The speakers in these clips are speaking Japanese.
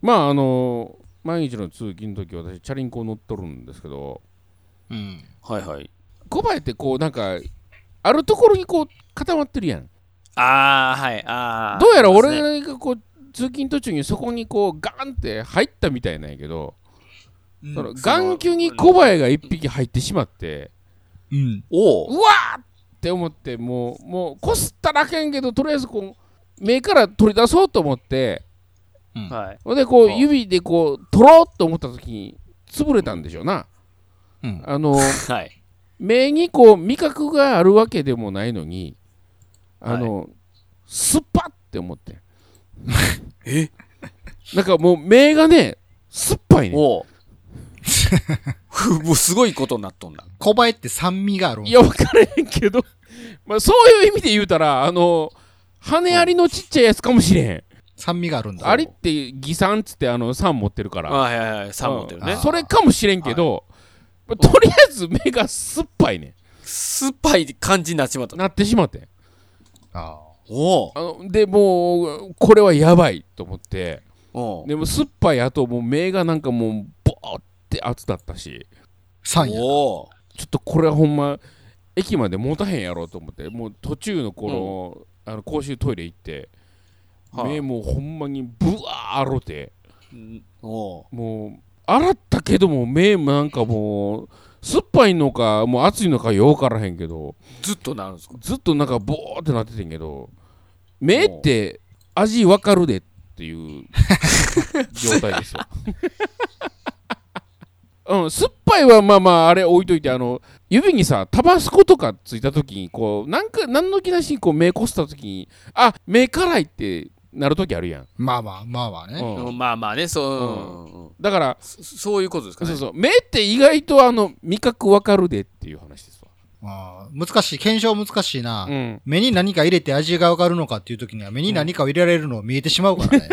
まああの毎日の通勤の時私チャリンコ乗っとるんですけどうん。はいはい。小林ってこうなんかあるところにこう固まってるやんああ、はい。ああ。どうやらありますね俺がこう通勤途中にそこにこうガーンって入ったみたいなんやけど、うんその眼球に小林が1匹入ってしまってうん。おうお。わーって思ってもうもうこすったらあけんけどとりあえずこう目から取り出そうと思ってうんはい。ほんでこうあ指でこう取ろうと思った時に潰れたんでしょうなうん。あのはい。目にこう味覚があるわけでもないのにあの、スパッって思って えなんかもう目がね酸っぱいね おお。ふもうすごいことになっ とんな。小林って酸味があるんいや分からへんけど まあそういう意味で言うたらあの羽ありのちっちゃいやつかもしれへん酸味があるんだ。ありって偽酸っつってあの酸持ってるからあはいはいはい。3持ってるうねん。それかもしれんけど、まあとりあえず目が酸っぱいね酸っぱい感じになっちまった。なってしまってあおあのでもうこれはやばいと思ってお。でも酸っぱいあともう目がなんかもうボーって熱だったし酸や。おお。ちょっとこれはほんま駅まで持たへんやろうと思ってもう途中のこの,、あの公衆トイレ行って、はい目もうほんまにブワーあろてうんおうもう洗ったけども目もなんかもう酸っぱいのかもう熱いのかようからへんけどずっとなるんですかずっとなんかボーってなっててんけど目って味わかるでっていう 状態ですよ。 うん、酸っぱいはまあまああれ置いといてあの指にさタバスコとかついた時にこうなんか何の気なしにこう目こすった時にあ目辛いってなる時あるやん、まあまあ、まあまあね。うんまあまあね、そうう、うんだから、そそういうことですかね。そうそう目って意外とあの味覚わかるでっていう話ですわ、あー難しい。検証難しいな。うん、目に何か入れて味がわかるのかっていう時には目に何かを入れられるのを見えてしまうからね。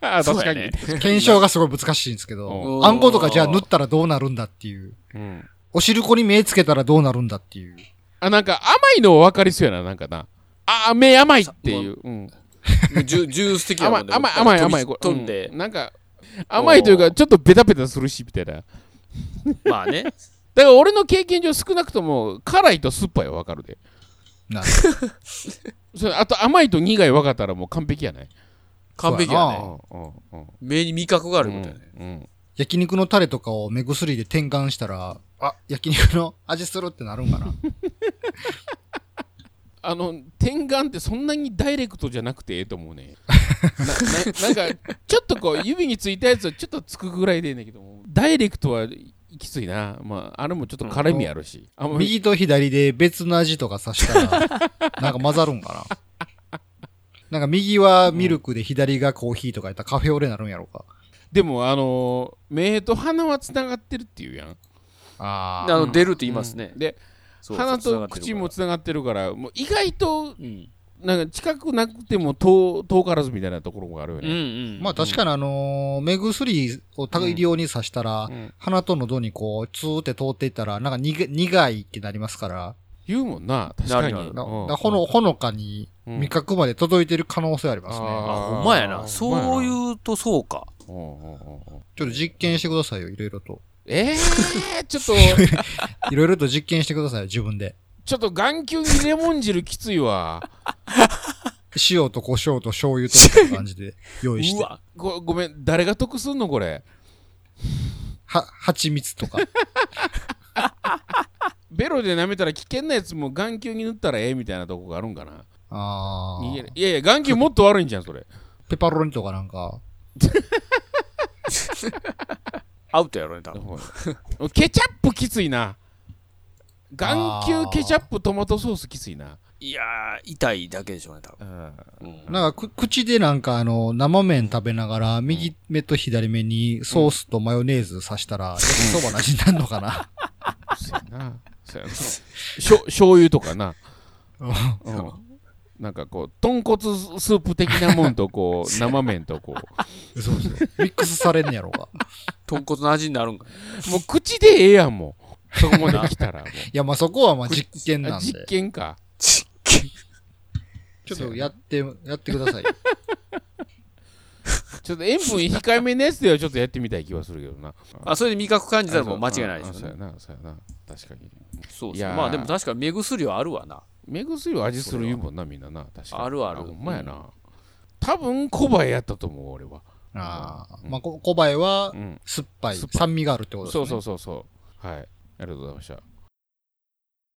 あそう確かやねに、検証がすごい難しいんですけどう、んあんことかじゃあ塗ったらどうなるんだっていう。うん、おしるこに目つけたらどうなるんだっていう。あなんか甘いの分かりそうやななんかなあ目甘いっていう、うん、ジュジュース的な甘もいんで甘い甘い甘いこれ飛んでうん、なんか甘いというおかーちょっとベタベタするしみたいなだかまあね。ら俺の経験上少なくとも辛いと酸っぱいは分かるでなるそれあと甘いと苦い分かったらもう完璧やない完璧やそうやね。なうんうん目に味覚があるうみんたいなね。うん焼肉のタレとかを目薬で転換したら、あ、焼肉の味するってなるんかな。あの点眼ってそんなにダイレクトじゃなくてええと思 うねなななんかちょっとこう指についたやつはちょっとつくぐらいでええねんけどもダイレクトはきついなまああれもちょっと辛みあるし、あんまり右と左で別の味とかさした ら、なんか混ざるんかな。なんか右はミルクで左がコーヒーとかやったらカフェオレになるんやろうか。でもあのー目と鼻はつながってるっていうやんああの、出るって言いますねうん。でそう鼻と口も。つながってるからもう意外そう繋がっとてるからうん。なんか近くなくても遠遠からずみたいなところもあるようんね、うん。まあ確かにあのー目薬を大量にさしたら、うん鼻と喉にこう、ツーって通っていったら、なんかにげ苦いってなりますから、言うもんな確かになるなるなうんなほの、ほのかにうん味覚まで届いてる可能性ありますね。ああ、ほんまやあな。ーそういうとそうか。うんうんうんうんちょっと実験してくださいよ、いろいろと。えー、ちょっと いろいろと実験してくださいよ、自分で。ちょっと眼球にレモン汁きついわ。塩と胡椒と醤油とみたいな感じで用意しうて。わ。ごごめん、誰が得すんのこれ。は、蜂 蜜とか。ベロで舐めたら危険なやつも眼球に塗ったらええみたいなとこがあるんかな。あ逃げーる。いやいや、眼球もっと悪いんじゃん、それ。ペパロニとかなんか。アウトやろね、多分。 ケチャップきついな。眼あ球ーケチャップトマトソースきついな。いやー、痛いだけでしょうね、多分。うんなんかく、口でなんかあの、生麺食べながら、右目と左目にソースとマヨネーズさしたら、焼きそばなしになるの かな。そうやな。そうやな。しょ醤油と かな。うんうん。なんかこう、豚骨スープ的なもんとこう、生麺とこう。 そうそう。ミックスされんねやろうが。い 豚骨の味にな るんか。もう口でええやん、もう。そこまで来たら。もう や、まあ、そこはまあ実験なあんで実。験か。実験ちょっとやって、やってくださいよ。ちょっと塩分控えめのやつではちょっとやってみたい気はするけどな。あそれで味覚感じたらもう間違いないですよねあそうやな、そうやな。確かに。そういですやねーまあでも確かに目薬はあるわな目薬を味する言うもんな、みんなな。確かに。あるあるほんまやな。多分、小林やったと思う、俺は。ああ。まあ、こ小林はう、ん。酸っぱい、酸っ酸味があるってことですそね。うそうそうそう。はい。ありがとうございました。